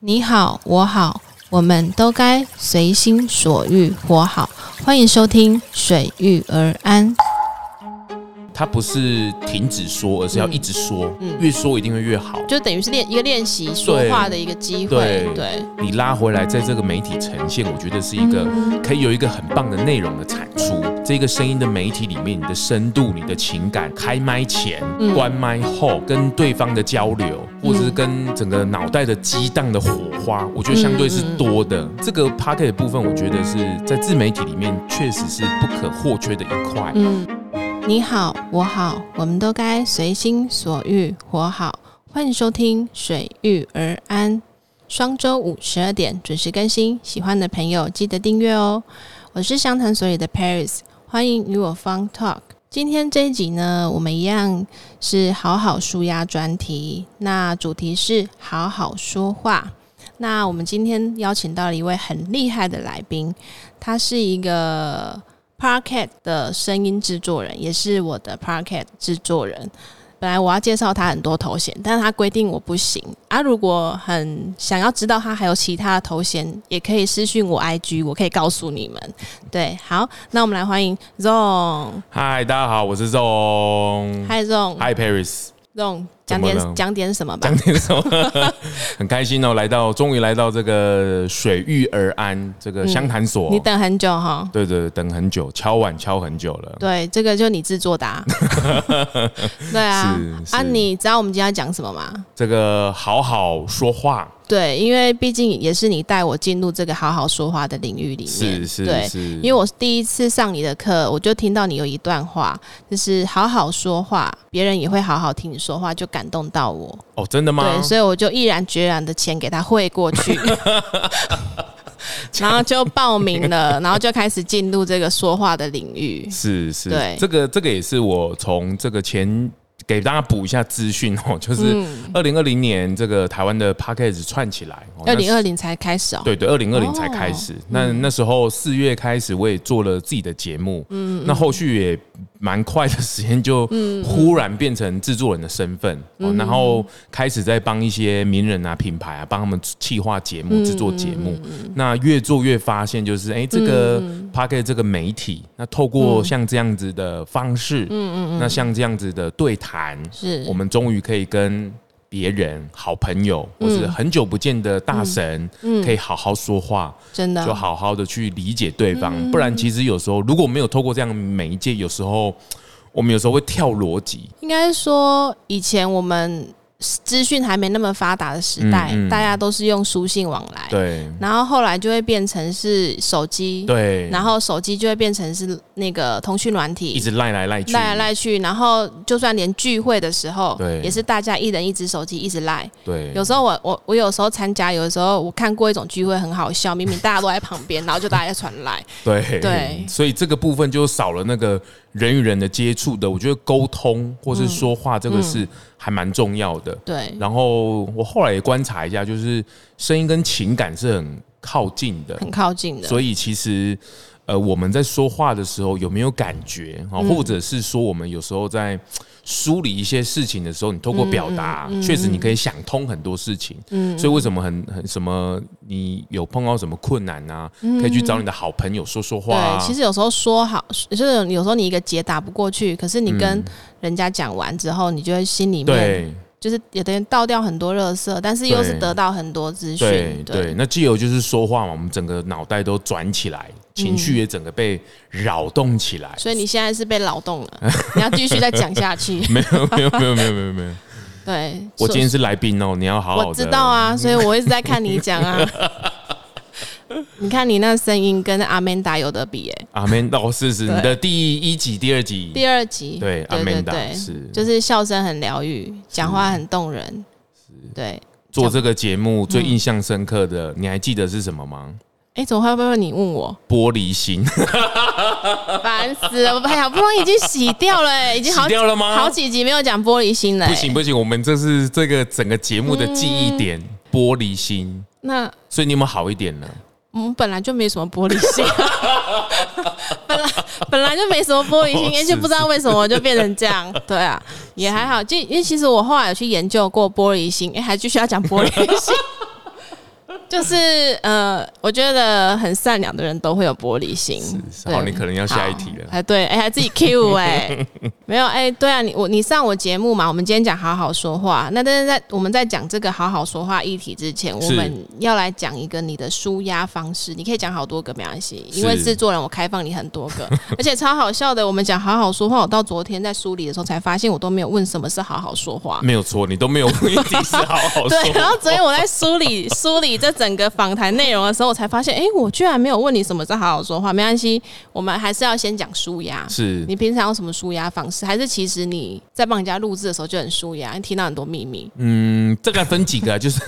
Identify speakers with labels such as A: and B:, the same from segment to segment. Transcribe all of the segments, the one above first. A: 你好，我好，我们都该随心所欲活好。欢迎收听《水遇而安》。
B: 它不是停止说，而是要一直说，
A: 嗯
B: 越说一定会越好。
A: 就等于是练一个练习说话的一个机会，对
B: 对，你拉回来，在这个媒体呈现，我觉得是一个
A: 嗯
B: 可以有一个很棒的内容的产出。这个声音的媒体里面，你的深度、你的情感，开麦前、
A: 嗯
B: 关麦后，跟对方的交流，或者是跟整个脑袋的激荡的火花，我觉得相对是多
A: 嗯
B: 的。这个 p a c k e t 部分，我觉得是在自媒体里面确实是不可或缺的一块。
A: 嗯，你好，我好，我们都该随心所欲活好。欢迎收听《水遇而安》，双周五十二点准时更新。喜欢的朋友记得订阅哦。我是湘潭所里的 Paris，欢迎与我 Fun Talk。今天这一集呢，我们一样是好好舒压专题，那主题是好好说话。那我们今天邀请到了一位很厉害的来宾，他是一个 Parket 的声音制作人，也是我的 Parket 制作人。本来我要介绍他很多头衔，但是他规定我不行啊。如果很想要知道他还有其他的头衔，也可以私讯我 IG，我可以告诉你们。对，好，那我们来欢迎 Zong，
B: 嗨，大家好，我是钟。
A: 嗨 Zong，Zong，
B: 嗨，Paris。
A: 讲
B: 怎么了
A: 点讲点什么吧
B: 讲。点什么？ 很开心哦，来到终于来到这个水域而安这个湘潭所，
A: 嗯你等很久哈。
B: 对对，对等很久，敲碗敲很久了。
A: 对，这个就你自作的、 啊。对啊
B: 是，是
A: 啊，你知道我们今天要讲什么吗？
B: 这个好好说话，
A: 对，因为毕竟也是你带我进入这个好好说话的领域里面。
B: 是是
A: 对，
B: 是，
A: 因为我第一次上你的课，我就听到你有一段话，就是好好说话，别人也会好好听你说话，就感动到我。
B: 哦，真的吗？
A: 对，所以我就毅然决然的钱给他汇过 去。然后就报名 了，然后就开始进入这个说话的领域。
B: 是是
A: 对，
B: 这个这个也是我从这个前给大家补一下资讯哦，就是
A: 嗯
B: 二零二零年这个台湾的 p a c k a g e 串起来，哦
A: 二零。
B: 那
A: 二
B: 是
A: 零才开始哦，
B: 对对，二零二
A: 哦
B: 零才开始。那那时候四月开始，我也做了自己的节目。嗯，那后续也蛮快的时间，就忽然变成制作人的身份，哦然后开始在帮一些名人啊、品牌啊，帮他们企划节目、制作节目。那越做越发现，就是哎，这个 p a c k e t 这个媒体，那透过像这样子的方式，嗯嗯嗯，那像这样子的对谈，
A: 是
B: 我们终于可以跟别人、好朋友，或是很久不见的大神，
A: 嗯
B: 可以好好说话，
A: 真的
B: 就好好的去理解对方。
A: 嗯
B: 不然，其实有时候如果没有透过这样的媒介，有时候我们有时候会跳逻辑。
A: 应该说，以前我们资讯还没那么发达的时代，
B: 嗯嗯
A: 大家都是用书信往来，
B: 对
A: 然后后来就会变成是手机，
B: 对，
A: 然后手机就会变成是那个通讯软
B: 一
A: 体。
B: 直赖来赖去，
A: 赖来赖去，然后就算连聚会的时候，
B: 对
A: 也是大家一人一只手机一直赖。
B: 对，
A: 有时候我我我有时候参加，有的时候我看过一种聚会很好笑，明明大家都在旁边，然后就大家在传赖。
B: 对
A: 对
B: 所以这个部分就少了那个人与人的接触的。我觉得沟通或
A: 嗯
B: 是说话这个是还蛮重要的。
A: 对，
B: 然后我后来也观察一下，就是声音跟情感是很靠近的，
A: 很靠近的。
B: 所以其实呃我们在说话的时候有没有感觉
A: 嗯
B: 啊，或者是说我们有时候在梳理一些事情的时候，你透过表达，
A: 嗯
B: 确实你可以想通很多事情。嗯，所以为什么很很什么你有碰到什么困难啊，
A: 嗯
B: 可以去找你的好朋友说说话、啊。
A: 对，其实有时候说好，就是有时候你一个结答不过去，可是你跟人家讲完之后，你就会心里面
B: 嗯对
A: 就是有的人倒掉很多热色，但是又是
B: 对
A: 得到很多资讯。
B: 对
A: 对，
B: 对，那既有就是说话嘛，我们整个脑袋都转起来，情
A: 嗯
B: 绪也整个被扰动起来。
A: 所以你现在是被劳动了，你要继续再讲下去。
B: 没有没有没有没有没有没有，
A: 对，
B: 我
A: 所
B: 今天是来宾哦，你要好好的。
A: 我知道啊，所以我一直在看你讲 啊。你看你那声音跟阿曼达有得比耶、
B: 阿门老师是
A: 对
B: 你的第一集、第二集，
A: 第二集
B: 对
A: 对对
B: Amanda，
A: 对
B: 是
A: 就是笑声很疗愈，讲话很动人，对。
B: 做这个节目最印象深刻的，你还记得是什么吗？
A: 哎、怎么会被你问我？
B: 玻璃 心
A: 烦死了！哎呀，好不容易已经洗掉了、已经好
B: 洗掉了吗
A: 好几集没有讲玻璃心了、哎
B: 不行，不行，我们这是这个整个节目的记忆点，
A: 嗯
B: 玻璃心。
A: 那
B: 所以你有没有好一点呢？
A: 我们本来就没什么玻璃 心，本来本来就没什么玻璃心，
B: 哦
A: 而且
B: 是
A: 不知道为什么就变成这 样。对啊，也还 好。就因为其实我后来有去研究过玻璃心，哎、还继续要讲玻璃心。就是呃，我觉得很善良的人都会有玻璃心。
B: 好，
A: 对
B: 你可能要下一题了。
A: 哎，对，哎、还自己 Q 哎、没有哎、对啊，你我你上我节目嘛，我们今天讲好好说话。那但是在我们在讲这个好好说话议题之前，我
B: 是
A: 们要来讲一个你的舒压方式，你可以讲好多个没关系，因为
B: 是
A: 制作人我开放你很多个，而且超好笑的。我们讲好好说话，我到昨天在梳理的时候才发现，我都没有问什么是好好说话。
B: 没有错，你都没有 问一题是好好
A: 对， 然
B: 说。
A: 后昨天我在梳理梳理这整个访谈内容的时候，我才发现，哎、我居然没有问你什么是好好说话。没关系，我们还是要先讲舒压。
B: 是
A: 你平常有什么舒压方式？还是其实你在帮人家录制的时候就很舒压，你听到很多秘密？
B: 嗯，这个分几个啊， 就是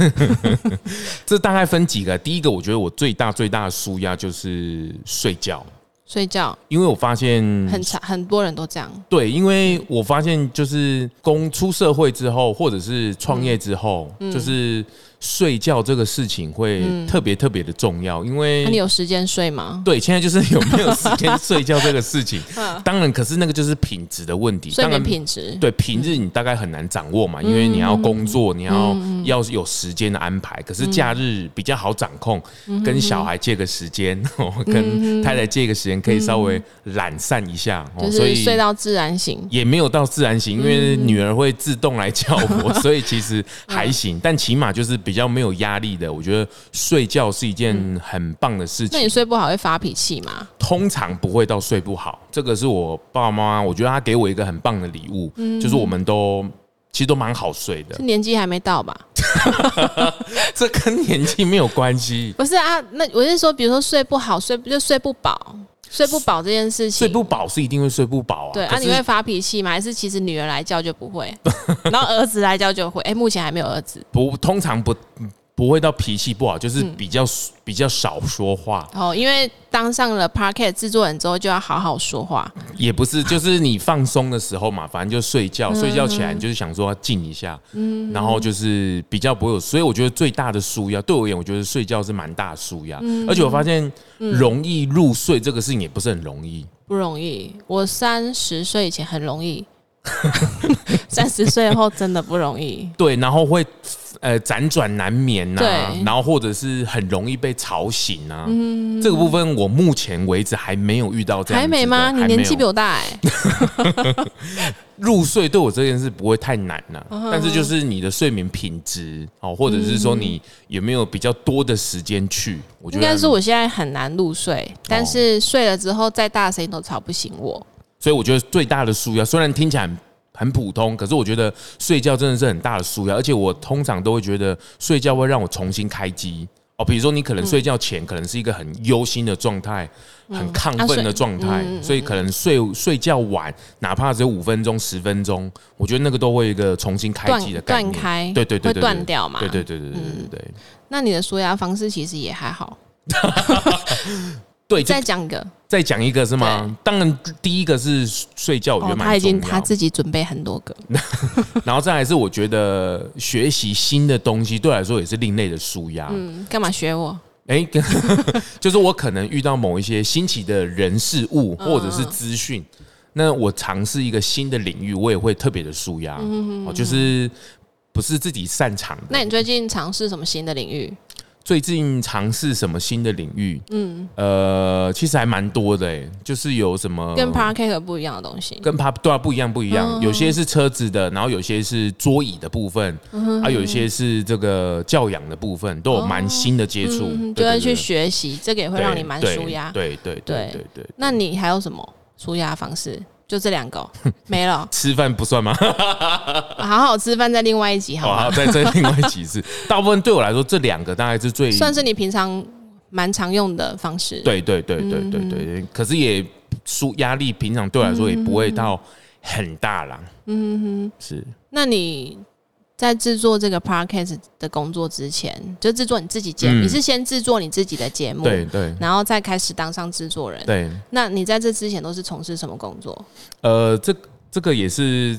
B: 这大概分几个啊。第一个，我觉得我最大最大的舒压就是睡觉，
A: 睡觉
B: 因为我发现
A: 很长，
B: 嗯
A: 很多人都这样。
B: 对，因为我发现就是工出社会之后，或者是创业之后，
A: 嗯
B: 就是睡觉这个事情会特别特别的重要，因为
A: 啊那、你有时间睡吗？
B: 对，现在就是有没有时 间睡觉这个事情，当然，可是那个就是品质的问题，
A: 嗯睡
B: 当然
A: 眠。品质？
B: 对，平日你大概很难掌握嘛，因为你
A: 嗯
B: 要工作，你要要有时间的安排。可是假日比较好掌控，
A: 嗯
B: 跟小孩借个时间， 哦跟太太借个时间，可以稍微懒散一下。哦
A: 嗯就
B: 所以
A: 是睡到嗯自然醒。
B: 也没有到自然醒，因为女儿会自动来叫 我，所以其实还行。但起码就是比较没有压力的，我觉得睡觉是一件很棒的事
A: 嗯那
B: 情。
A: 你睡不好会发脾气吗？
B: 通常不会到睡不好，这个是我爸爸妈妈，我觉得他给我一个很棒的礼物，就是我们都其实都蛮好睡的
A: 是，年纪还没到吧？
B: 这跟年纪没有关系。
A: 不是啊，那我是说，比如说睡不好，睡就睡不饱，睡不饱这件事情，
B: 睡不饱是一定会睡不饱啊，
A: 对啊，
B: 可是
A: 你会发脾气吗？还是其实女儿来叫就不会， 然后儿子来叫就会？哎、目前还没有儿子，
B: 不通常不不会到脾气不好，就是比较、比较少说话，
A: 哦，因为当上了 Parket 制作人之后，就要好好说话，
B: 也不是，就是你放松的时候嘛，反正就睡觉，
A: 嗯
B: 睡觉起来你就是想说要静一下，然后就是比较不会有，所以我觉得最大的舒压，对我而言，我觉得睡觉是蛮大的舒压，
A: 嗯
B: 而且我发现容易入睡这个事情也不是很容易，
A: 不容易。我三十岁以前很容易， 三十岁后真的不容易。
B: 对，然后会呃辗转难眠呐、
A: 对嗯
B: 然后或者是很容易被吵醒啊，这个部分我目前为止还没有遇到这样
A: 还
B: 子的，
A: 没吗？你
B: 还
A: 年
B: 没
A: 纪
B: 有啊
A: 比我大 哎、
B: 入睡对我这件事不会太难呐、但是就是你的睡眠品质哦，或者是说你有没有比较多的时间去，我觉
A: 应
B: 得
A: 该是，我现在很难入睡，但是睡了之后再大声音都吵不醒我。
B: 所以我觉得最大的舒压，虽然听起来很很普通，可是我觉得睡觉真的是很大的舒压，而且我通常都会觉得睡觉会让我重新开机。哦，比如说你可能
A: 嗯
B: 睡觉前可能是一个很忧心的状态，很亢奋的状
A: 啊嗯
B: 态，所以可能睡睡觉晚，哪怕只有五分钟、十分钟，我觉得那个都会有一个重新开机
A: 断
B: 的概
A: 断
B: 念。
A: 开，
B: 对对对对
A: 会
B: 对
A: 断掉嘛？嗯
B: 对对对对对对对
A: 那你的舒压方式其实也还好。
B: 对，就
A: 再讲一个，
B: 再讲一个是吗？当然，第一个是睡觉，我觉
A: 哦
B: 得，
A: 他
B: 蛮
A: 已经
B: 重
A: 他
B: 要。
A: 自己准备很多个，
B: 然后再来是，我觉得学习新的东西对我来说也是另类的舒压。
A: 嗯，干嘛学我？
B: 哎、跟 就是我可能遇到某一些新奇的人事物
A: 嗯
B: 或者是资讯，那我尝试一个新的领域，我也会特别的舒压。
A: 嗯
B: 哦，就是不是自己擅长的。
A: 那你最近尝试什么新的领域？
B: 最近尝试什么新的领域？嗯，呃，其实还蛮多的、哎，就是有什么
A: 跟 Parker 不一样的东西，
B: 跟 pub 对啊不一样，不一
A: 嗯
B: 样。有些是车子的，然后有些是桌椅的部分，
A: 嗯
B: 啊，有些是这个教养的部分，都有蛮新的接触，
A: 哦嗯，就
B: 对
A: 会
B: 对对
A: 去学习，这个也会
B: 对
A: 让你蛮
B: 对
A: 舒压。
B: 对对对对对。
A: 那你还有什么舒压方式？就这两个 哦没了，
B: 吃饭不算吗？
A: 好好吃饭在另外一集好啊
B: 好，
A: 吗？
B: 好再争另外几次。大部分对我来说，这两个大概是最
A: 算是你平常蛮常用的方式。，
B: 对对对对对对对。
A: 嗯
B: 可是也舒压力，平常对我来说也不会到很大啦。嗯哼，是。
A: 那你在制作这个 podcast 的工作之前，就制作你自己节目，
B: 嗯
A: 你是先制作你自己的节目，
B: 对对
A: 然后再开始当上制作人。
B: 对。
A: 那你在这之前都是从事什么工作？
B: 呃，这这个也是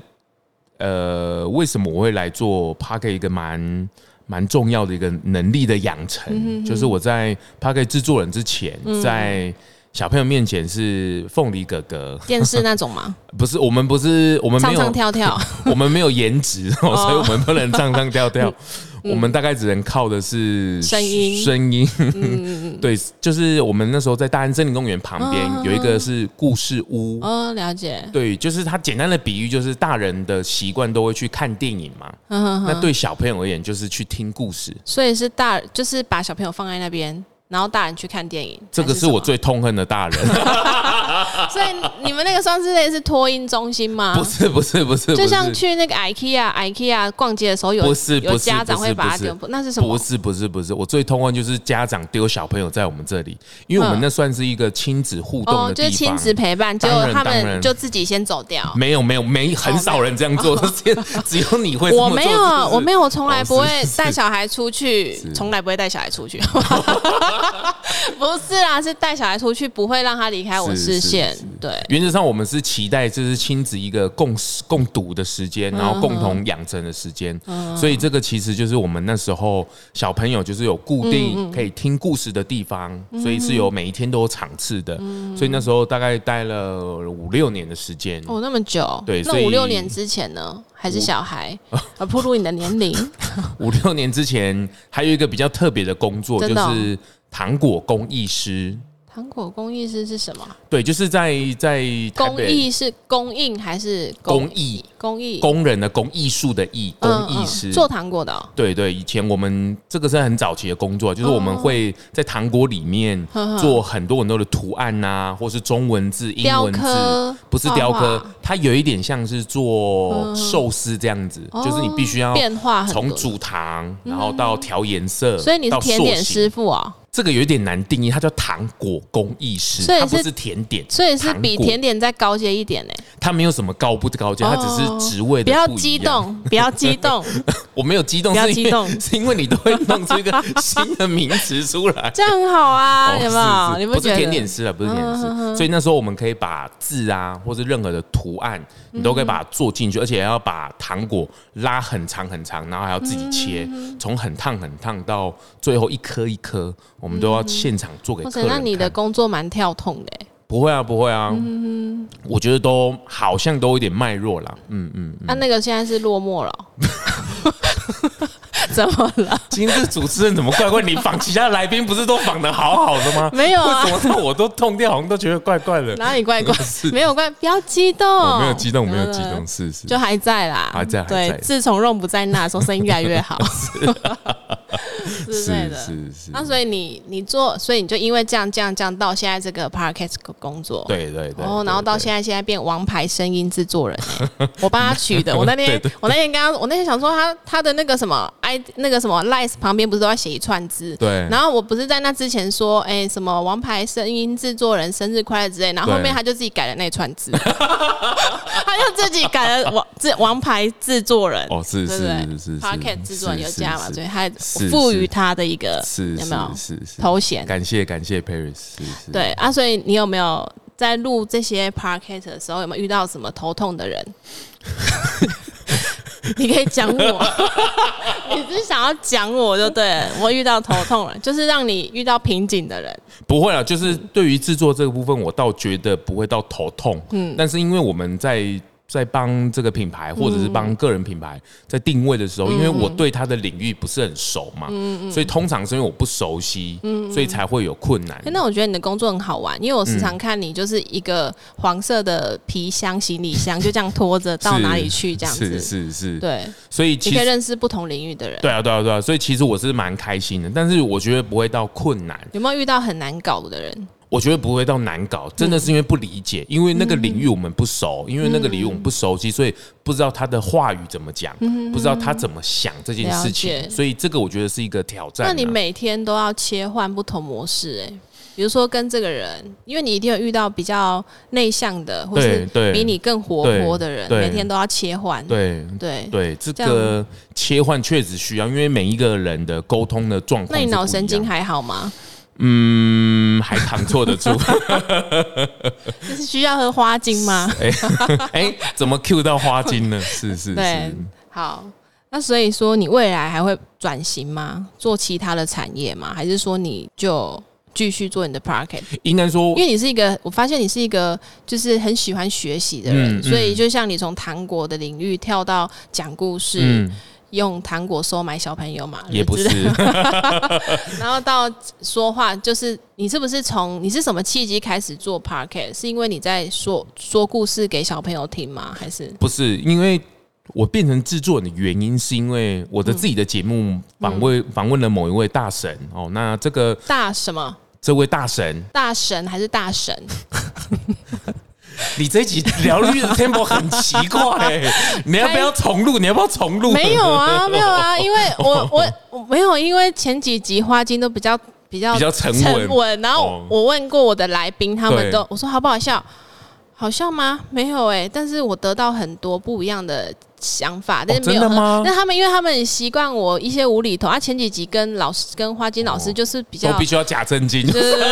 B: 呃，为什么我会来做 p a c k e 一个蛮蛮重要的一个能力的养成，
A: 嗯
B: 就是我在 p a c k e 制作人之前，在小朋友面前是凤梨哥哥，
A: 电视那种吗？
B: 不是我们 不是我们没
A: 唱
B: 有
A: 唱跳跳，
B: 我们没有颜值、哦，所以我们不能唱唱跳跳。 我们大概只能靠的是
A: 声音嗯
B: 声音。对，就是我们那时候在大安森林公园旁边
A: 嗯
B: 有一个是故事屋。
A: 哦，了解，
B: 对，就是它简单的比喻，就是大人的习惯都会去看电影嘛。
A: 嗯哼哼
B: 那对小朋友而言，就是去听故事。
A: 所以是大，就是把小朋友放在那边，然后大人去看电影，
B: 这个
A: 还是
B: 是我
A: 什么。
B: 最痛恨的大人。
A: 所以你们那个算是类似托婴中心吗？
B: 不是不是不是，
A: 就
B: 不
A: 像
B: 是
A: 去那个 IKEA、IKEA 逛街的时候有，
B: 不是
A: 有
B: 不是
A: 家长
B: 不是
A: 会把它
B: 不是
A: 丢，那是什
B: 不
A: 么？
B: 是不是不是，我最痛恨就是家长丢小朋友在我们这里，因为我们
A: 嗯
B: 那算是一个亲子互动
A: 哦
B: 的，地
A: 就
B: 方。
A: 是亲子陪伴，结
B: 当
A: 果
B: 然
A: 他
B: 当
A: 们
B: 然
A: 就自己先走掉。
B: 没有没有没很少人这样做，只有 只有你会这
A: 哦我
B: 么做。
A: 没有，啊我没
B: 有。
A: 有，我从来不
B: 哦
A: 会
B: 是是
A: 带小孩出
B: 哦
A: 去，从来不会带小孩出去。 不是啦，是带小孩出去不会让他离开我
B: 是
A: 视
B: 是
A: 线。对，
B: 原则上，我们是期待这是亲子一个共识共读的时间，
A: 嗯
B: 然后共同养成的时间。所以这个其实就是我们那时候小朋友就是有固
A: 嗯
B: 定可以听故事的地方，所以是有每一天都有场次的。
A: 嗯
B: 所以那时候大概待了五六年的时间。
A: 哦，那么久，
B: 对
A: 那
B: 所以
A: 五六年之前呢，还是小孩，呃，暴露你的年龄，
B: 五六年之前，还有一个比较特别的工作，
A: 真
B: 就
A: 的哦
B: 是糖果工艺师。
A: 糖果工艺师是什么？
B: 对，就是在在台
A: 工
B: 北
A: 艺是供应还是
B: 哎工艺
A: 工艺？
B: 工人的工艺术的艺工
A: 嗯
B: 艺师。
A: 嗯做糖果的哦
B: 对对，以前我们这个是很早期的工作，就是我
A: 哦
B: 们会在糖果里面做很多很多的图案呐、或是中文字、英
A: 雕
B: 文
A: 刻
B: 字，不是雕刻
A: 画画，
B: 它有一点像是做寿司这样子，就是你必须
A: 哦
B: 要
A: 变化很
B: 从
A: 多嗯
B: 煮糖，然后到调颜色，
A: 所以你是
B: 到
A: 甜
B: 塑
A: 点
B: 形
A: 师傅哦，
B: 这个有一点难定义，它叫糖果工艺师，
A: 所以
B: 它不
A: 是
B: 是甜点，
A: 所以是比
B: 糖果
A: 甜点再高阶一点呢。
B: 它没有什么高不高价，它
A: 哦
B: 只是职位的
A: 不要
B: 一
A: 激
B: 样，
A: 动，不要激动，
B: 我没有激动，
A: 不要
B: 是因
A: 激
B: 为
A: 动
B: 是因为你都会弄出一个 新的名词出 来。
A: 这样很好啊，
B: 哦
A: 有没
B: 是
A: 有？
B: 是
A: 你
B: 不
A: 觉
B: 是
A: 得？嗯
B: 甜点师了，啊不是甜点师，所以那时候我们可以把字啊，或是任何的图案，你都可以把它做进去，而且要把糖果拉很长很长，然后还要自己
A: 嗯
B: 切，从很烫很烫到最后一颗一颗，我们都要现场做给
A: 哇
B: 客
A: 塞，
B: 人
A: 那
B: 看。
A: 你的工作蛮跳痛的欸。
B: 不会啊，不会啊，
A: 嗯
B: 我觉得都好像都有点脉络啦。嗯嗯，
A: 那那个现在是落寞了 哦，怎么了？
B: 今天这主持人怎么怪怪？你仿其他来宾不是都仿的好好的 吗？
A: 没有啊
B: 为什么我都痛掉，好像都觉得怪怪 的？
A: 哪里怪怪？
B: 是
A: 没有怪，不要激动。
B: 我没有激动，
A: 真
B: 没
A: 的
B: 有激动，是是。
A: 哦就还在啦，
B: 还在还
A: 对，
B: 在
A: 自从 Ron 不在那的时候，声音越来越 好，之类
B: 是
A: 的。
B: 是是，
A: 那所以你你做，所以你就因为这样这样这样到现在这个 podcast 工作，。
B: 对对对。
A: 哦，然后到现
B: 在，
A: 在现在变王牌声音制作人欸、我帮他取 的。我那天我那天刚刚我那天想说他他的那个什么 i 那个什么 lies 旁边不是都要写一串字？
B: 对
A: 然后我不是在那之前说，哎、什么王牌声音制作人生日快乐之类，然后后面
B: 对
A: 他就自己改了那一串字， 他就自己改了王制王牌制作人。
B: 哦，是
A: 对
B: 是
A: 不对
B: 是是
A: p o c k e t
B: 是
A: 制作人有
B: 是
A: 加嘛，
B: 是
A: 所以他
B: 是
A: 赋予
B: 是
A: 他的一个
B: 是
A: 有没有
B: 是是是，
A: 头衔？
B: 感谢感谢 Paris，是是。
A: 对啊，所以你有没有在录这些 podcast 的时候，有没有遇到什么头痛的人？ 你可以讲我， 你是想要讲我就对了我遇到头痛了，就是让你遇到瓶颈的人。
B: 不会啦，就是对于制作这个部分，我倒觉得不会到头痛。嗯，但是因为我们在在帮这个品牌或者是帮个人品
A: 嗯
B: 牌在定位的时候，因为我对它的领域不是很熟
A: 嗯
B: 嘛，所以通常是因为我不熟悉，所以才会有困难
A: 欸。那我觉得你的工作很好玩，因为我时常看你就是一个黄色的皮箱、行李箱，就这样拖着到
B: 是
A: 哪里去这样子。
B: 是是是，
A: 对，
B: 所以
A: 你
B: 其
A: 可以
B: 实
A: 认识不同领域的人。
B: 对啊对啊对啊，所以其实我是蛮开心的，但是我觉得不会到困难。
A: 有没有遇到很难搞的人？
B: 我觉得不会到难
A: 嗯
B: 搞，真的是因为不理解，因为那个领域我们不熟，因为那个领域我们不熟悉，所以不知道他的话语怎么讲，
A: 嗯
B: 不知道他怎么想这件事
A: 了解
B: 情，所以这个我觉得是一个挑战
A: 那
B: 啊、
A: 你每天都要切换不同模式、欸，比如说跟这个人，因为你一定有遇到比较内向的，或是
B: 对
A: 比你更活泼的人，
B: 对对
A: 每天都要切换。
B: 对
A: 对
B: 对这
A: 这样
B: 个切换确实需要，因为每一个人的沟通的状况
A: 那
B: 是不
A: 你
B: 一样，
A: 脑神经还好 吗？
B: 嗯还扛错得住，
A: 就是需要喝花精吗？
B: 哎、怎么 Q 到花精呢？是是
A: 对
B: 是。，
A: 好。那所以说，你未来还会转型吗？做其他的产业吗？还是说你就继续做你的 p a r k e t
B: 应该说
A: 因为你是一个，我发现你是一个就是很喜欢学习的人，
B: 嗯嗯
A: 所以就像你从糖果的领域跳到讲故事，
B: 嗯，
A: 用糖果收买小朋友嘛，
B: 也不，
A: 就是 然后到说话，就是你是不是从你是什么契机开始做 p a r k e t 是因为你在说说故事给小朋友听吗？还是
B: 不是因为我变成制作人的原因，是因为我的自己的节目访
A: 嗯
B: 问访问了某一位大神哦，那这个
A: 大什么
B: 这位大神，
A: 大神还是大神？
B: 你这一集聊绿的 tempo 很奇怪、 你要不要重录？你要不要重录？
A: 没有 啊，没有啊，因为我我我没有，因为前几集花金都比较比较
B: 比较沉稳
A: 然后
B: 哦
A: 我问过我的来宾，他们
B: 对
A: 都我说好不好笑，好笑吗？没有哎、但是我得到很多不一样的。想法，但是没有。
B: 哦真的吗
A: 但他们因为他们习惯我一些无厘头啊，前几集跟老师跟花金老师就是比较
B: 都必须要假正 经。
A: 对对 对，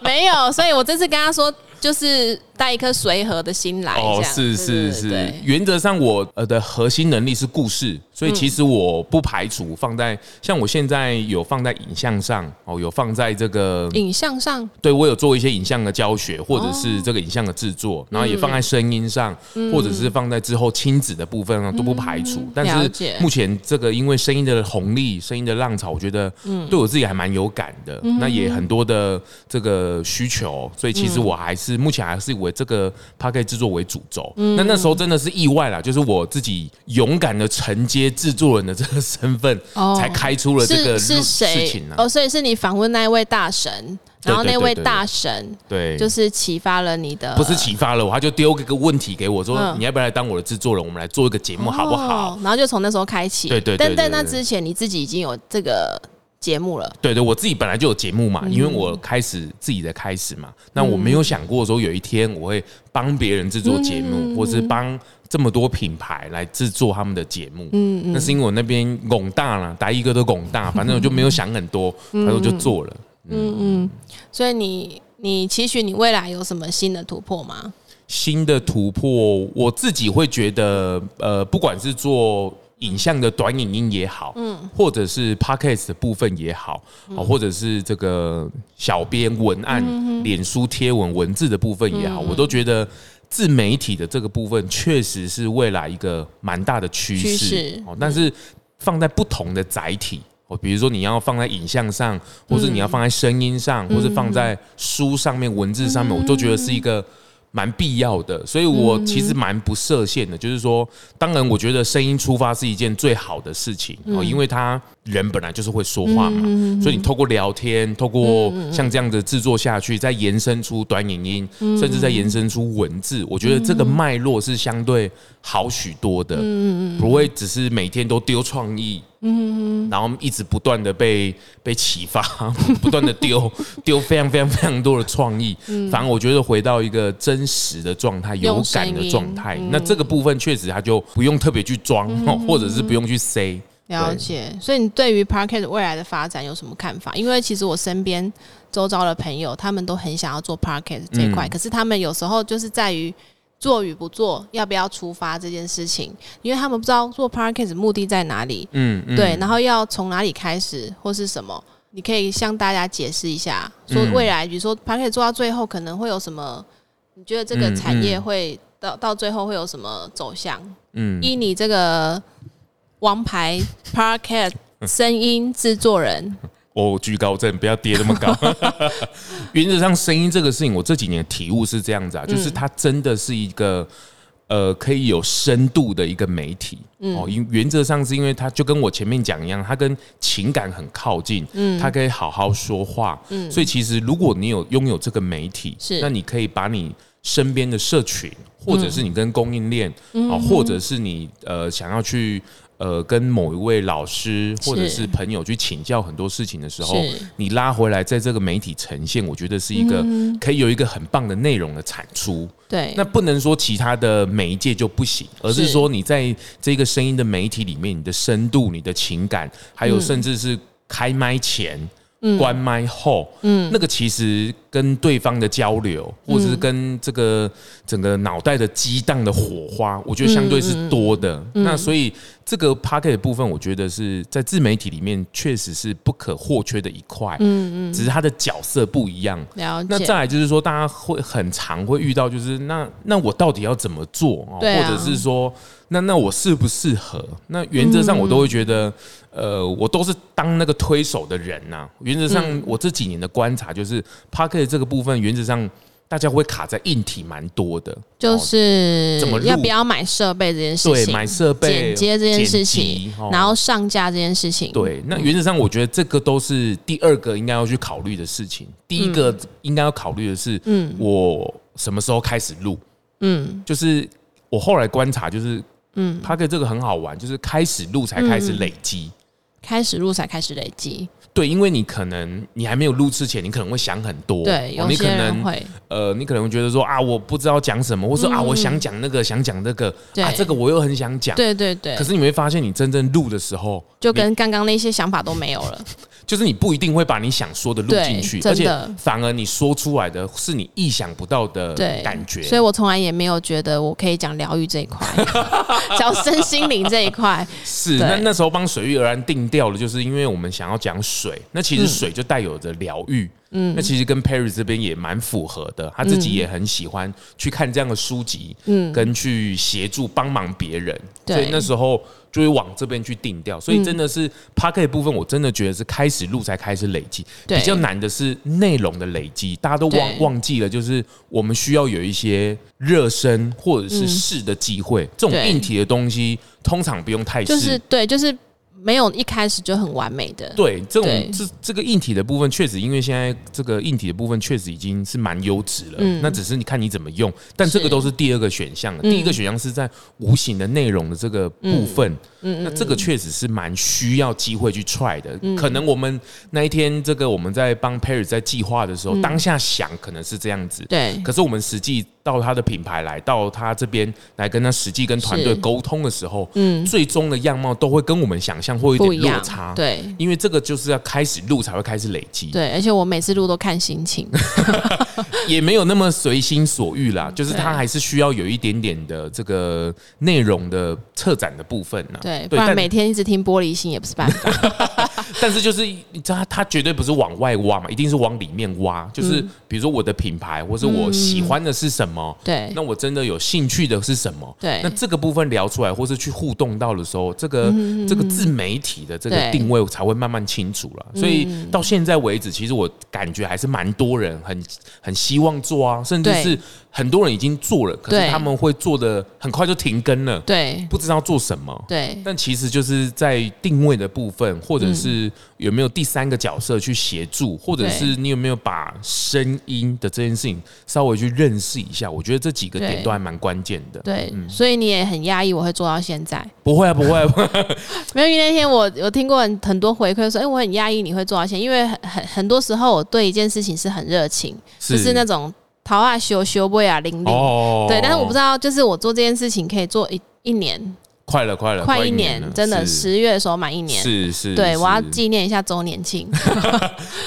A: 没有，所以我这次跟他说，就是带一颗随和的心来。这
B: 哦，
A: 样
B: 是
A: 对
B: 是
A: 对
B: 是
A: 对，
B: 原则上我呃的核心能力是故事，所以
A: 嗯
B: 其实我不排除放在像我现在有放在影像上哦，有放在这个
A: 影像上，
B: 对我有做一些影像的教学，或者是这个影像的制
A: 哦
B: 作，然后也放在声音上，
A: 嗯
B: 或者是放在之后亲子的部分啊，都不排除。但
A: 了
B: 是
A: 解
B: 目前这个因为声音的红利、声音的浪潮，我觉得
A: 嗯
B: 对我自己还蛮有感的。那也很多的这个需求，所以其
A: 嗯
B: 实我还是目前还是以我这个 p a c k e t 制作为主轴。
A: 嗯
B: 那那时候真的是意外啦，就是我自己勇敢的承接制作人的这个身份，
A: 哦
B: 才开出了这个
A: 是
B: 路
A: 是
B: 事
A: 谁
B: 情？啊呢。
A: 哦，所以是你访问那一位大神，
B: 对
A: 然后那
B: 对对
A: 位
B: 对
A: 大神
B: 对，
A: 就是启发了你的，
B: 不是启发了我，他就丢一个问题给我说：“
A: 嗯
B: 你要不要来当我的制作人？我们来做一个节目
A: 哦
B: 好不好？”？
A: 然后就从那时候开启。
B: 对对对
A: 但
B: 对
A: 在
B: 对
A: 那
B: 对
A: 之前，你自己已经有这个节目了。
B: 对对，我自己本来就有节目嘛，因为我开始自己的开始嘛。那我没有想过说有一天我会帮别人制作节目，或是帮这么多品牌来制作他们的节目。嗯，那是因为我那边拱大了，打一个都拱大，反正我就没有想很多，反正我就做了。
A: 所以你你期许你未来有什么新的突破吗？
B: 新的突破，我自己会觉得，呃，不管是做影像的短影音也好，嗯，或者是 podcast 的部分也好，
A: 嗯
B: 哦，或者是这个小编文案、
A: 嗯
B: 脸书贴文文字的部分也好，我都觉得自媒体的这个部分确实是未来一个蛮大的趋
A: 趋
B: 势
A: 势
B: 哦，但是放在不同的载体。哦，比如说你要放在影像上，或是你
A: 嗯
B: 要放在声音上，或是放在书上面、文字
A: 嗯
B: 上面，我都觉得是一个蛮必要的。所以我其实蛮不设限的，就是说，当然我觉得声音出发是一件最好的事情哦，因为他人本来就是会说话嘛，所以你透过聊天，透过像这样的制作下去，再延伸出短影音，甚至再延伸出文字，我觉得这个脉络是相对好许多的，不会只是每天都丢创意。然后一直不断的被被启发， 不断的丢丢非常非常非常多的创意。反而我觉得回到一个真实的状态，
A: 嗯
B: 有
A: 用声
B: 感的
A: 音嗯
B: 状态，那这个部分确实它就不用特别去装，或者是不用去塞。
A: 了
B: 对
A: 解，所以你对于 Parket 未来的发展有什么看法？因为其实我身边周遭的朋友，他们都很想要做 Parket 这一块，可是他们有时候就是在于做与不做，要不要出发这件事情，因为他们不知道做 Parket 目的在哪里，
B: 嗯，嗯
A: 对，然后要从哪里开始或是什么，你可以向大家解释一下，说
B: 嗯
A: 未来比如说 Parket 做到最后可能会有什么？你觉得这个
B: 嗯
A: 产业
B: 嗯
A: 会到、到最后会有什么走向？
B: 嗯
A: 依你这个王牌 Parket 声音制作人，
B: 我哦居高症，不要跌那么高。 原则上，声音这个事情，我这几年体悟是这样子啊，就是它真的是一个。呃，可以有深度的一个媒体、哦，因原则上是因为它就跟我前面讲一样，它跟情感很靠近，嗯，它可以好好说话，嗯，所以其实如果你有拥有这个媒体，
A: 是
B: 那你可以把你身边的社群，或者是你跟供应链，啊、或者是你呃想要去呃跟某一位老师或者
A: 是
B: 是朋友去请教很多事情的时候
A: 是，
B: 你拉回来在这个媒体呈现，我觉得是一个可以有一个很棒的内容的产出。
A: 对，
B: 那不能说其他的媒介就不行，而是
A: 是
B: 说你在这个声音的媒体里面，你的深度、你的情感，嗯还有甚至是开麦前、关麦后，嗯，那个其实跟对方的交流，或者是跟这个整个脑袋的激荡的火花，我觉得相对是多的。那所以这个 p a c k e t 部分，我觉得是在自媒体里面确实是不可或缺的一块。嗯嗯，只是它的角色不一样。
A: 了解。
B: 那哦再来就是说，大家会很常会遇到，就是那那我到底要怎么做哦，
A: 对啊
B: 或者是说，那那我适不适合？那原则上我都会觉得，
A: 嗯
B: 呃，我都是当那个推手的人呐、原则上，
A: 嗯
B: 我这几年的观察就是 p a c k e t 这个部分，原则上大家会卡在硬体蛮多的，
A: 就
B: 哦
A: 是
B: 怎么录
A: 要不要买设备这件事
B: 对
A: 情，
B: 买设
A: 剪
B: 备、
A: 接这件事
B: 剪
A: 情
B: 辑，哦
A: 然后上架这件事情，，
B: 对，那原则上我觉得这个都是第二个应该要去考虑的事情。第一
A: 嗯
B: 个应该要考虑的是，嗯，我什么时候开始录？嗯，就是我后来观察，就是嗯 p a c 这个很好玩，就是开始录才开始
A: 嗯
B: 累积。
A: 开始录才开始累积，
B: 对，因为你可能你还没有录之前，你可能会想很多，
A: 对，
B: 哦
A: 有
B: 你可
A: 些人
B: 能
A: 会，
B: 呃，你可能会觉得说啊，我不知道讲什么，或者说啊，我想讲那个，想讲那个，
A: 嗯对
B: 啊，这个我又很想讲。
A: 对对对
B: 可，是你会发现，你真正录的时候，
A: 就跟刚刚那些想法都没有 了，
B: 就是你不一定会把你想说的录进去，
A: 对真
B: 而且
A: 的
B: 反而你说出来的是你意想不到的
A: 对，
B: 呃感觉。
A: 所以我从来也没有觉得我可以讲疗愈这一 块，讲身心灵这一块，
B: 是
A: 对
B: 那那时候帮水玉而安定调的，就是因为我们想要讲水，那其
A: 嗯
B: 实水就带有着疗愈。嗯，那其实跟 Perry 这边也蛮符合的，他自己也很喜欢去看这样的书籍，嗯，跟去协助帮忙别人，
A: 对嗯
B: 所以那时候就会往这边去定调。所以真的是 p a r k e t 部分，我真的觉得是开始录才开始累积，
A: 对
B: 比较难的是内容的累积，大家都
A: 对
B: 忘忘记了，就是我们需要有一些热身或者是试的机会，这种
A: 嗯对
B: 硬体的东西通常不用太试。
A: 就是对，就是没有一开始就很完美的，
B: 对，这
A: 对
B: 种这这个硬体的部分，确实因为现在这个硬体的部分确实已经是蛮优质了，那只是你看你怎么用。但这
A: 嗯
B: 个
A: 是嗯
B: 都是第二个选项了，第一个选项是在无形的内容的这个部分，
A: 嗯
B: 那这个确实是蛮需要机会去 try 的。可能我们那一天这个我们在帮 Perry 在计划的时候，当下想可能是这样子，
A: 嗯对
B: 可是我们实际到他的品牌来，到他这边来跟他实际跟团队
A: 是
B: 沟通的时候，嗯，最终的样貌都会跟我们想象会有
A: 不
B: 点
A: 一
B: 落
A: 样
B: 差，，
A: 对
B: 因为这个就是要开始录才会开始累积，
A: 对，而且我每次录都看心 情，
B: 也没有那么随心所欲啦，就是
A: 嗯对
B: 他还是需要有一点点的这个内容的策展的部分呢，
A: 对，不
B: 对，
A: 然
B: 但
A: 每天一直听玻璃心也不是办 法，
B: 但是就是他他绝对不是往外挖嘛，一定是往里面挖，就是
A: 嗯
B: 比如说我的品牌，或是我喜欢的是什么，
A: 对
B: 那我真的有兴趣的是什么？
A: 哎对
B: 那这个部分聊出来，或是去互动到的时候，这个、这个自媒体的这个
A: 嗯对
B: 定位才会慢慢清楚了。所以到现在为止，其实我感觉还是蛮多人很很希望做啊，甚至
A: 对
B: 是很多人已经做了，可
A: 对
B: 是他们会做的很快就停更了，
A: 对
B: 不知道做什么。
A: 对
B: 但其实就是在定位的部分，或
A: 嗯
B: 者是有没有第三个角色去协助，或者是你有没有把声音的这件事情稍微去认识一下，我觉得这几个
A: 对
B: 点都还蛮关键的。
A: 对，所以你也很压抑，我会做到现在。
B: 不会啊，不会、啊，不会 啊
A: 没有，因为那天我有听过很很多回馈说，哎、我很压抑你会做到现在，因为很很很多时候我对一件事情是很热情，就是那种桃啊修修不啊零零，
B: 哦，
A: 对，但是我不知
B: 道，
A: 道，就是我做这件事情可以做一一年，
B: 快了，快了，
A: 快一
B: 年
A: 年
B: 了，，
A: 真的
B: 是
A: 十月的时候满一年。
B: 是是，
A: 对，
B: 是
A: 我要纪念一下周年庆。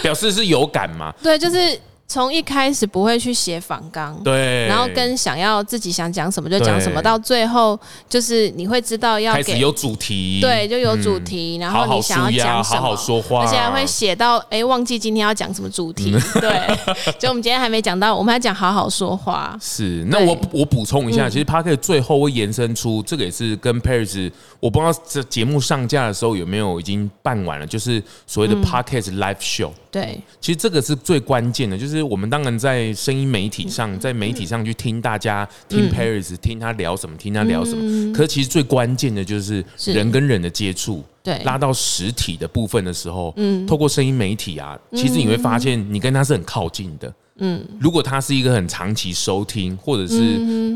B: 表示是有感嘛，
A: 对，就是从一开始不会去写访纲，
B: 对，
A: 然后跟想要自己想讲什么就讲什么，
B: 对
A: 到最后就是你会知道要
B: 开始
A: 给
B: 有主题，
A: 对，就有主
B: 嗯
A: 题，然
B: 好
A: 后
B: 好
A: 你想
B: 舒
A: 要
B: 压，
A: 讲什
B: 好
A: 么，
B: 好说话，嗯
A: 而且还会写到哎、诶忘记今天要讲什么主题。 对，就我们今天还没讲到，我们还讲好好说话。
B: 是，那
A: 对嗯
B: 我我补充一下，其实 p a r k e 最后会延伸出这个也是跟 Paris，我不知道这节目上架的时候有没有已经办完了，就是所谓
A: 嗯
B: 的 p a r k e Live Show。
A: 对
B: 其实这个是最关键的，就是我们当然在声音媒体上，
A: 嗯
B: 在媒体上去听大家听 Paris，、听他聊什么，听他聊什么。可是其实最关键的就是
A: 嗯是
B: 人跟人的接触。
A: 对
B: 拉到实体的部分的时候，哎嗯，透过声音媒体啊，其实你会发现你跟他是很靠近的。嗯，如果他是一个很长期收听，或者是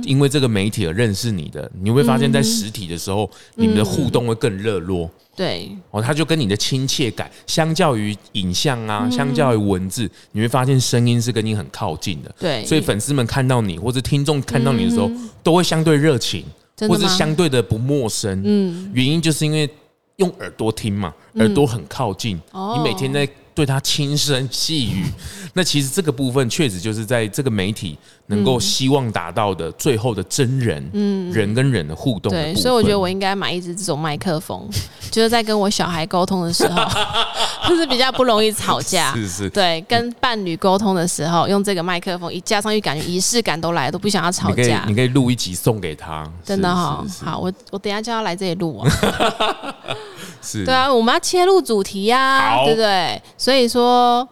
B: 因为这个媒体而认识你的，你会发现在实体的时候，你们的互动会更热络。
A: 对
B: 哦，它就跟你的亲切感，相较于影像啊，相较于文字，你会发现声音是跟你很靠近的。
A: 对，
B: 所以粉丝们看到你，或者听众看到你的时候，都会相对热情，
A: 真的
B: 或
A: 吗
B: 是相对的不陌生。嗯，原因就是因为用耳朵听嘛，耳朵很靠近，
A: 嗯哦
B: 你每天在对他轻声细 语。那其实这个部分确实就是在这个媒体能
A: 嗯
B: 够希望达到的最后的真人，嗯，人跟人的互动的
A: 对，
B: 部
A: 所以我觉
B: 分
A: 得我应该买一支这种麦克风，就是在跟我小孩沟通的时候， 就是比较不容易吵架。
B: 是是
A: 对，跟伴侣沟通的时候，用这个麦克风一架上去，感觉仪式感都来了，都不想要吵
B: 你可以
A: 架
B: 你。可以录一集送给他，
A: 真的哈、
B: 是是是
A: 好，我我等一下就要来这里录啊。
B: 是
A: 对啊，我们要切入主题呀、
B: 好
A: 对不对？所以说，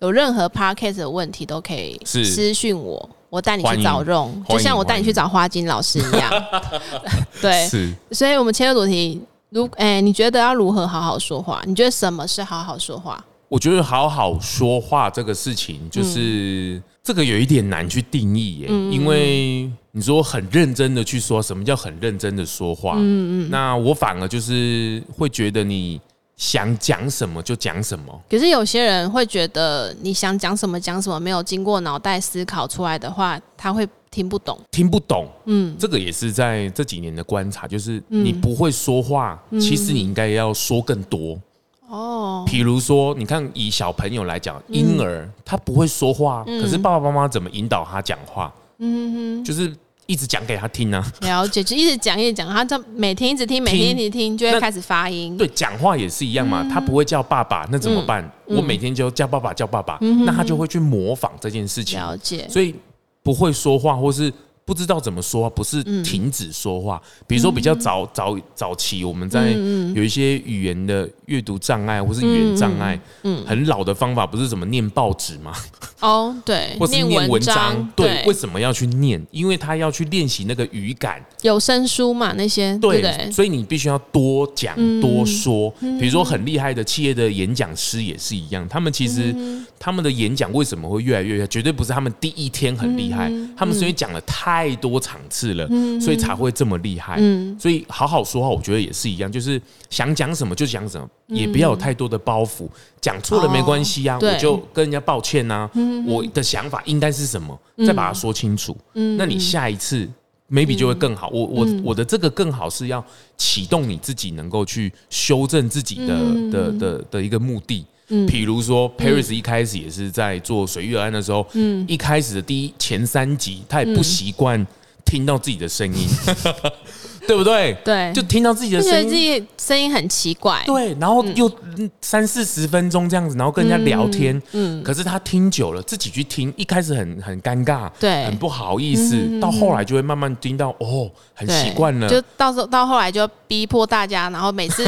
A: 有任何 podcast 的问题都可以
B: 是
A: 私讯我，我带你
B: 欢
A: 去
B: 迎
A: 找用，
B: 欢
A: 就
B: 迎
A: 像我带你去找花金老师一 样。对，
B: 是
A: 所以我们切入主题，如哎、你觉得要如何好好说话？你觉得什么是好好说话？
B: 我觉得好好说话这个事情，就是、这个有一点难去定义耶，因为你说很认真的去说，什么叫很认真的说话？嗯嗯，那我反而就是会觉得你想讲什么就讲什么，
A: 可是有些人会觉得你想讲什么讲什么，没有经过脑袋思考出来的话，他会听不懂。
B: 听不懂，
A: 嗯，
B: 这个也是在这几年的观察，就是你不会说话，其实你应该要说更多。
A: 哦，
B: 比如说，你看以小朋友来
A: 嗯
B: 讲，婴儿他不会说话，可是爸爸妈妈怎么引导他讲话？嗯就是一直讲给他听啊。
A: 了解，就一直讲一直讲，他这样每天一直听，每天一直听，就会
B: 那
A: 开始发音。
B: 对，讲话也是一样
A: 嗯
B: 嘛，他不会叫爸爸，那怎么办？我每天就叫爸爸叫爸爸，那他就会去模仿这件事情。
A: 嗯了解，嗯
B: 所以不会说话或是不知道怎么说话，不是停止说话。比如说比较早早早期，我们在
A: 嗯
B: 有一些语言的阅读障碍或是语言障碍，
A: 嗯
B: 很老的方法不是怎么念报纸吗？
A: 哦，对，
B: 或是念文章
A: 章，，
B: 对，为什么要去念？因为他要去练习那个语感，
A: 有声书嘛那些，对
B: 对，嗯
A: 不对？
B: 所以你必须要多讲、多说。比如说很厉害的企业的演讲师也是一样，他们其实、他们的演讲为什么会越来越厉害，绝对不是他们第一天很厉害，他们是因为讲了太多场次了，所以才会这么厉害。所以好好说话，我觉得也是一样，就是想讲什么就讲什么，也不要有太多的包袱。讲错了没关系啊，
A: 哦对嗯
B: 我就跟人家抱歉呐、我的想法应该是什么，再把它说清楚。
A: 嗯
B: 那你下一次 maybe 就会更好。我我、我的这个更好是要启动你自己能够去修正自己的、
A: 嗯
B: 的的的一个目的。比如说 Paris 一开始也是在做水月案的时候，
A: 嗯
B: 一开始的第一前三集，他也不习惯听到自己的声音， 对不对？
A: 对
B: 就听到自己的
A: 就觉得
B: 声音
A: 自，己声音很奇怪，
B: 对，然后又嗯三四十分钟这样子，然后跟人家聊天，嗯，可是他听久了，自己去听，一开始很很尴尬，
A: 对嗯
B: 很不好意思，到后来就会慢慢听到，哦，很
A: 对，
B: 习惯了，
A: 就到时候到后来就逼迫大家，然后每 次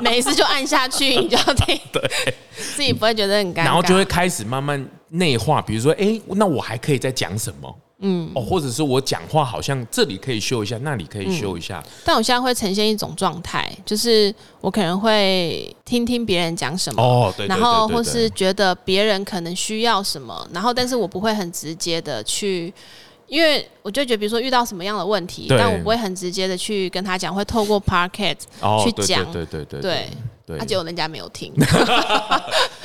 A: 每一次就按下去，你就要听，对，自己不会觉得很尴尬，
B: 然后就会开始慢慢内化，比如说，哎，那我还可以再讲什么？嗯，哦，或者是我讲话好像这里可以修一下，那里可以修一下，
A: 但我现在会呈现一种状态，就是我可能会听听别人讲什么，
B: 哦对对
A: 嗯然后
B: 对对
A: 或
B: 对
A: 是觉得别人可能需要什么，然后但是我不会很直接的去。因为我就觉得，比如说遇到什么样的问题，
B: 对
A: 但我不会很直接的去跟他讲，会透过 Parket
B: 哦，
A: 去
B: 对
A: 讲
B: 对对对
A: 对，
B: 对
A: 啊，结果人家没有听。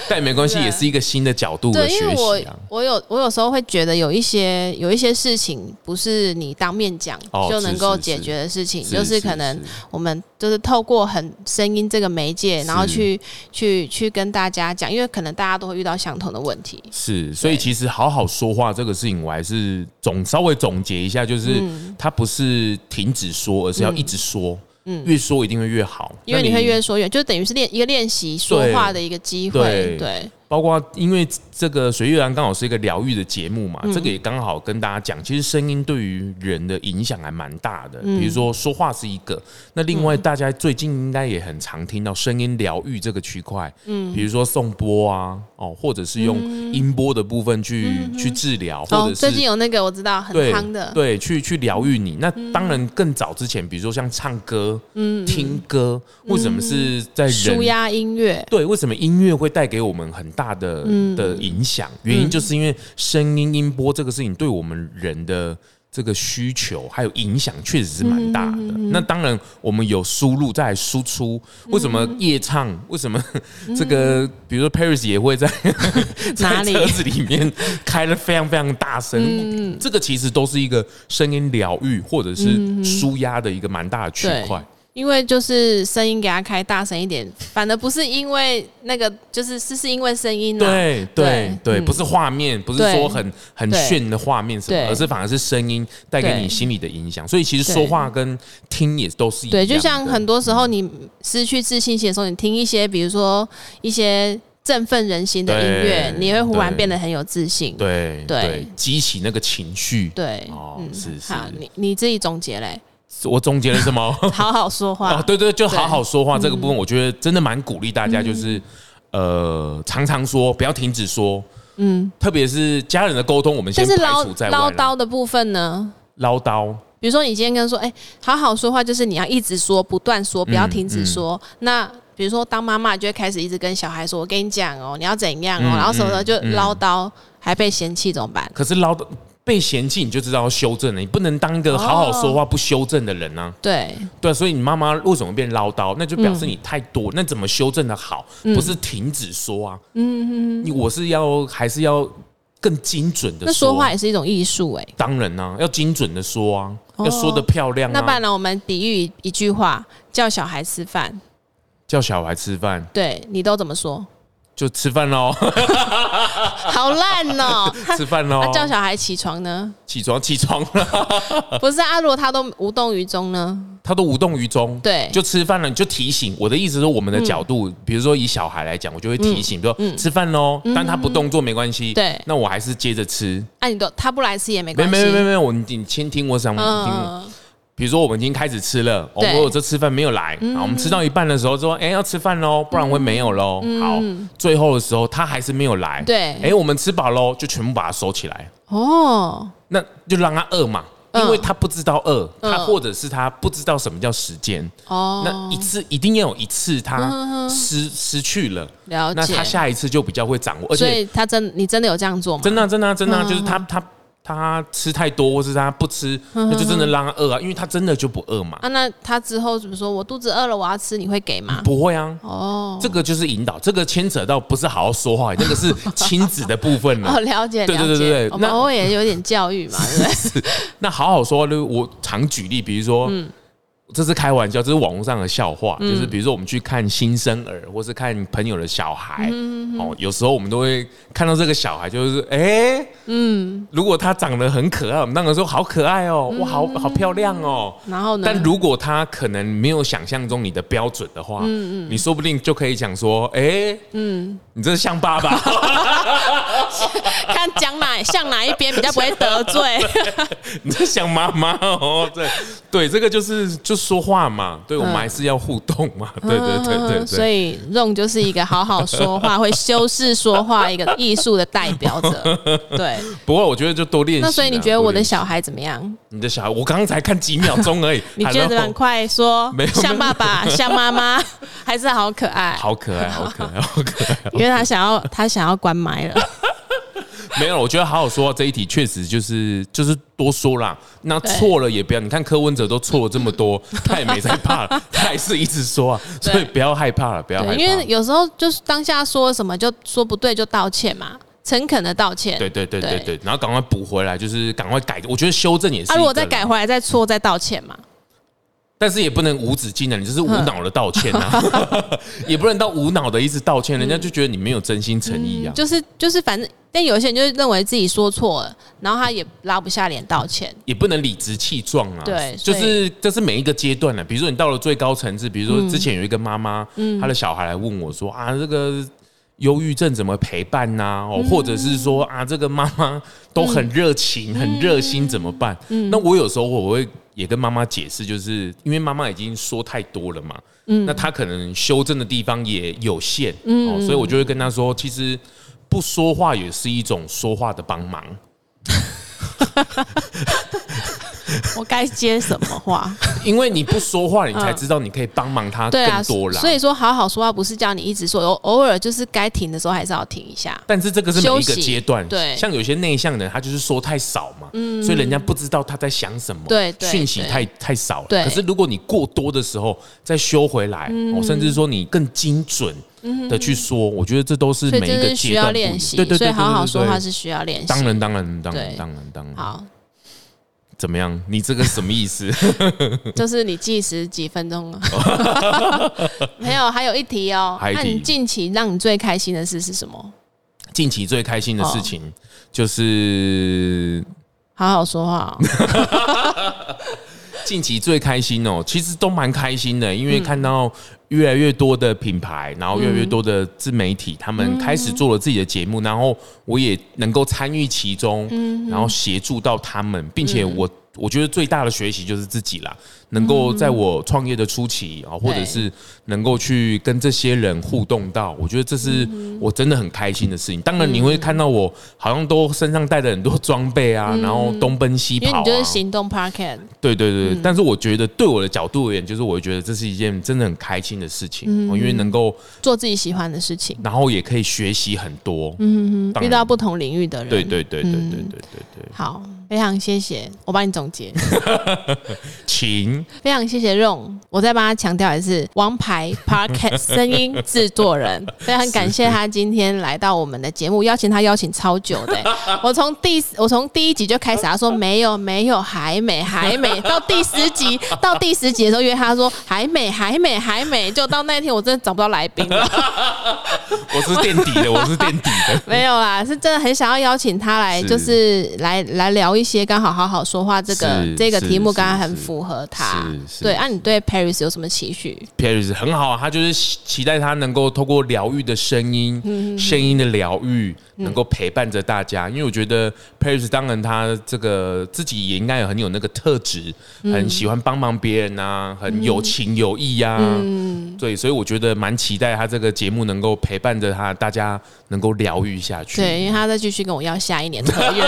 B: 但没关系，
A: 对啊
B: 也是一个新的角度的
A: 对，因为
B: 学
A: 我
B: 习啊。
A: 我有我有时候会觉得有一些有一些事情不是你当面讲
B: 哦
A: 就是能够
B: 是
A: 解
B: 是
A: 决的事情，
B: 是
A: 就是可能我们就是透过很声音这个媒介，然后去去去跟大家讲，因为可能大家都会遇到相同的问题。
B: 是，所以其实好好说话这个事情，我还是总稍微总结一下，就是
A: 嗯
B: 它不是停止说，而是要一直说，越说一定会越好，
A: 嗯因为
B: 那
A: 你会越说越，就等于是练一个练习说
B: 对
A: 话的一个机会，对
B: 对，
A: 对
B: 包括因为这个水月兰刚好是一个疗愈的节目
A: 嗯
B: 嘛，这个也刚好跟大家讲，其实声音对于人的影响还蛮大的。
A: 嗯
B: 比如说说话是一个，那另外大家最近应该也很常听到声音疗愈这个区块，嗯，比如说送波啊，哦，或者是用音波的部分去、去治疗，
A: 嗯
B: 或
A: 哦，
B: 者
A: 最
B: 是
A: 近有那个我知道很
B: 对
A: 夯的，嗯
B: 对，去去疗愈你。那当然，更早之前，比如说像唱歌、听歌，为什么是在
A: 嗯舒
B: 人？
A: 压音乐，
B: 对，为什么音乐会带给我们很大的、
A: 嗯
B: 的影响？原因就是因为声音音波这个事情对我们人的这个需求还有影响，确实是蛮大
A: 嗯
B: 的。那当然，我们有输入再来输出。为什
A: 嗯
B: 么夜唱？为什么 这个？比如说 Paris 也会在
A: 哪里
B: 在车子里面开了非常非常大声，
A: 嗯嗯
B: 这个其实都是一个声音疗愈或者是舒压的一个蛮大的区块。
A: 因为就是声音给他开大声一点，反而不是因为那个，就是是是因为声音、啊，
B: 对对对，
A: 嗯
B: 不是画面，不是
A: 对
B: 说很很
A: 对
B: 炫的画面什么，
A: 对
B: 而是反而是声音带给你
A: 对
B: 心理的影响。所以其
A: 对
B: 实说话跟听也都是一样
A: 对，
B: 的。
A: 就像很多时候你失去自信心的时候，你听一些比如说一些振奋人心的音乐，
B: 对
A: 你会忽然
B: 对
A: 变得很有自信。
B: 对
A: 对
B: 对激起那个情绪。
A: 对，
B: 哦
A: 嗯，
B: 是是
A: 好，你你自己总结嘞，
B: 我总结了 什么？
A: 好好说话
B: 哦，，对对，就
A: 对嗯
B: 好好说话这个部分，我觉得真的蛮鼓励大家，就是呃，常常说，不要停止说。嗯，特别是家人的沟通，我们先
A: 但是
B: 排
A: 唠
B: 除在外
A: 唠
B: 啦。
A: 叨的部分呢？
B: 唠叨，
A: 比如说，你今天跟他说，哎、好好说话，就是你要一直说，不断说，不要
B: 嗯
A: 停止说。那比如说，当妈妈就会开始一直跟小孩说：“我跟你讲哦，你要怎样哦。
B: 嗯
A: 然后什么的
B: 嗯
A: 就
B: 嗯
A: 唠叨，还被嫌弃怎么办？
B: 可是唠叨被嫌弃，你就知道要修正了。你不能当一
A: 哦
B: 个好好说话不修正的人啊。
A: 对
B: 对，所以你妈妈为什么变唠叨？那就表示你太
A: 嗯
B: 多，那怎么修正的好？不是停止说啊。嗯嗯，你我是要还是要更精准的
A: 那说
B: 说
A: 话也是一种艺术哎。
B: 当然啊，要精准的说啊，要说的漂亮
A: 哦那不
B: 啊
A: 然。呢？我们比喻一一句话，叫小孩吃饭，
B: 叫小孩吃饭
A: 对你都怎么说？
B: 就吃饭喽，
A: 好烂 哦、
B: 吃饭喽
A: 那。叫小孩起床呢？
B: 起床，起床了，
A: 不是啊，如果他都无动于衷呢？
B: 他都无动于衷。
A: 对嗯
B: 就吃饭了，你就提醒。我的意思是，我们的角度，比如说以小孩来讲，我就会提醒说吃饭喽，但他不动作没关系。
A: 嗯对
B: 那我还是接着吃。
A: 啊，你都他不来吃也没
B: 没
A: 关系。
B: 没没没没，我你你先听我讲，你听我。
A: 嗯，
B: 比如说我们已经开始吃了，哦
A: 对嗯
B: 我有这吃饭没有来，啊，我们吃到一半的时候说，哎、要吃饭喽，不然会没有喽。好，最后的时候他还是没有来，
A: 嗯对
B: 哎、我们吃饱喽，就全部把它收起来，
A: 哦，
B: 那就让他饿嘛，
A: 嗯
B: 因为他不知道饿，
A: 嗯
B: 他或者是他不知道什么叫时间，
A: 哦，嗯
B: 那一次一定要有一次他失、失去了，
A: 了
B: 那
A: 解。
B: 他下一次就比较会掌握，而
A: 所
B: 且
A: 以嗯他真你真的有这样做吗？
B: 真的啊、真的啊、真的啊、就是他他。他吃太多，或是他不吃，
A: 嗯
B: 那就真的让他饿啊，因为他真的就不饿嘛。
A: 啊，那他之后怎么说？我肚子饿了，我要吃，你会给吗？
B: 不会啊，
A: 哦，
B: 这个就是引导，这个牵扯到不是好好说话，那个是亲子的部分
A: 哦，
B: 了。
A: 了解，
B: 对对
A: 了解
B: 对对对
A: 我们
B: 那
A: 偶尔也有点教育 嘛，对不对？
B: 那好好说话，就是我常举例，比如说，这是开玩笑，这是网络上的笑话，就是比如说我们去看新生儿，或是看朋友的小孩，哦，有时候我们都会看到这个小孩，就是哎，嗯，如果他长得很可爱，我们当然说好可爱哦，哇，好好漂亮哦。
A: 然后呢？
B: 但如果他可能没有想象中你的标准的话，你说不定就可以讲说，哎、嗯，你这像爸爸。
A: 看讲哪向哪一边比较不会得罪，
B: 你在想妈妈 哦？对对，这个就是就说话嘛，对我们
A: 嗯
B: 还是要互动嘛，对对对 对
A: 所
B: 对。
A: 以 Ron 就是一个好好说话、会修饰说话、一个艺术的代表者。 对，
B: 不过我觉得就多练习啊。
A: 那所以你觉得我的
B: 多练习
A: 小孩怎么样？
B: 你的小孩，我刚才看几秒钟而已
A: ，你觉得怎么样？
B: Hello
A: 快说
B: 没，有
A: 像爸爸、像妈妈， 还是好可爱？
B: 好 可爱，好可爱，好可爱。
A: 因为他想要他想要关麦了。
B: 没有，我觉得好好说话这一题确实就是就是多说啦。那错了也不要，你看柯文哲都错了这么 多，他也没在怕了，他还是一直说啊，所以
A: 对
B: 不要害怕了，不要害
A: 对，
B: 怕。
A: 因为有时候就是当下说什么就说不对就道歉嘛，诚恳的道歉。
B: 对对对对对，然后赶快补回来，就是赶快改。我觉得修正也是。
A: 啊，如果再改回来再错再道歉嘛，
B: 但是也不能无止境的，你就是无脑的道歉啊， 也不能到无脑的一直道歉，人家就觉得你没有真心诚意啊。
A: 就是就是反正，但有些人就是认为自己说错了，然后他也拉不下脸道歉。
B: 也不能理直气壮啊，
A: 对
B: 就
A: 所以嗯
B: 是这是每一个阶段啊的、比如说你到了最高层次，比如说之前有一个妈妈，她的小孩来问我说啊，这个忧郁症怎么陪伴呐、
A: 嗯
B: 哦，或者是说啊，这个妈妈都很热情、
A: 嗯
B: 很热心，怎么办？那我有时候我会也跟妈妈解释，就是因为妈妈已经说太多了嘛，
A: 嗯
B: 那她可能修正的地方也有限，哦，所以我就会跟她说，其实不说话也是一种说话的帮忙。
A: 我该接什么 话？
B: 因为你不说话，你才知道你可以帮忙他
A: 嗯对啊，
B: 更多啦。
A: 所以说好好说话不是叫你一直说，偶偶尔就是该停的时候还是要停一下。
B: 但是这个是每一
A: 休息
B: 个阶段，
A: 对嗯
B: 像有些内向的人，他就是说太少嘛，所以人家不知道他在想什么，
A: 对对
B: 讯息
A: 对
B: 太太少了。
A: 对嗯
B: 可是如果你过多的时候再修回来，哦，甚至说你更精准的去说，我觉得这都是
A: 所以
B: 每一
A: 这
B: 个
A: 是
B: 阶
A: 需
B: 段
A: 要
B: 不一样
A: 练习，
B: 对对对，
A: 所以
B: 对
A: 好好说话。
B: 对对对
A: 是需要练习。
B: 当然，当然，当然，
A: 对
B: 当然，当然。
A: 好，
B: 怎么样？你这个什么 意思？
A: 就是你计时几分钟了。 没有，还有一题哦。
B: 还有一
A: 那
B: 题
A: 你近期让你最开心的事是什么？
B: 近期最开心的事
A: 哦
B: 情就是
A: 好好说 话、哦。
B: 啊近期最开心哦，其实都蛮开心的，因为
A: 嗯
B: 看到越来越多的品牌，然后越来越多的自媒体，他
A: 嗯
B: 们开始做了自己的节目，然后我也能够参与其中，
A: 嗯
B: 然后协助到他们，并且我。我觉得最大的学习就是自己啦，能够在我创业的初期啊，或者
A: 嗯对
B: 是能够去跟这些人互动到，我觉得这是
A: 嗯
B: 我真的很开心的事情。当然，你会看到我好像都身上带着很多装备啊，然后东奔西
A: 嗯因为
B: 跑、啊，
A: 你就是行动 Pocket，
B: 对对对，但是我觉得对我的角度而言，就是我觉得这是一件真的很开心的事情，哦因为能够，
A: 做自己喜欢的事情，
B: 然后也可以学习很多，嗯
A: 遇到不同领域的人。
B: 对对对对对对对对，
A: 好，非常谢谢，我帮你总结。
B: 请
A: 非常谢谢 Ron，我再帮他强调一次，王牌 Parket 声音制作 人，非常感谢他今天来到我们的节目，邀请他邀请超久 的欸、我从第我从第一集就开始，他说没有没有还没还没，到第十 集到第十集的时候约他说还没还没还没，就到那一天我真的找不到来宾 了。
B: 我是垫底的，我是垫底的，
A: 没有啦，是真的很想要邀请他来，
B: 是
A: 就是来来聊一些刚好好好说话这个
B: 是
A: 这个
B: 是
A: 题目，刚刚
B: 是
A: 很
B: 是
A: 符合他
B: 是。是
A: 对，啊，你对 Paris 有什么期许？
B: p a 很好啊，他就是期期待他能够透过疗愈的声音，
A: 嗯
B: 声音的疗愈，能够陪伴着大家。因为我觉得 Paris 当然他这个自己也应该有很有那个特质，很喜欢帮忙别人啊，很有情有义啊。
A: 嗯
B: 对，所以我觉得蛮期待他这个节目能够陪伴着他，大家能够疗愈下去。
A: 对，因为他再继续跟我要下一年的合约，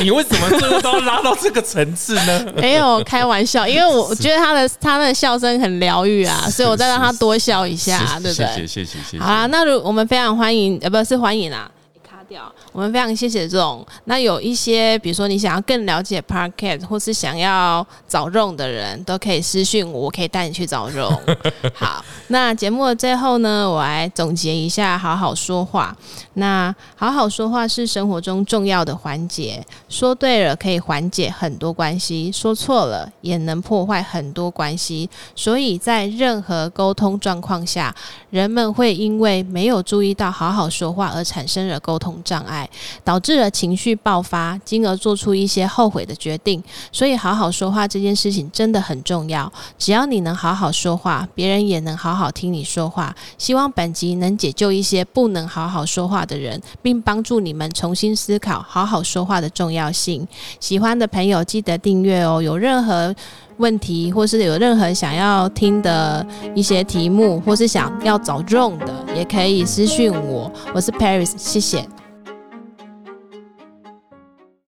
B: 你为什么最后都要拉到这个层次呢？
A: 没有开玩笑，因为我觉得他的他的笑声很疗愈啊，所以我再让他多笑一下，对不
B: 谢
A: 对？
B: 谢谢谢谢谢。
A: 好啦，那如我们非常欢迎，呃，不是欢迎啦，你卡掉。我们非常谢谢这种。那有一些，比如说你想要更了解 Parket，或是想要找 r o n 的人，都可以私讯我，我可以带你去找 r o n 好，那节目的最后呢，我来总结一下，好好说话。那好好说话是生活中重要的环节，说对了可以缓解很多关系，说错了也能破坏很多关系。所以在任何沟通状况下，人们会因为没有注意到好好说话而产生了沟通障碍，导致了情绪爆发，进而做出一些后悔的决定。所以，好好说话这件事情真的很重要。只要你能好好说话，别人也能好好听你说话。希望本集能解救一些不能好好说话的人，并帮助你们重新思考好好说话的重要性。喜欢的朋友记得订阅哦。有任何问题，或是有任何想要听的一些题目，或是想要找 Ron 的，也可以私讯我。我是 Paris，谢谢，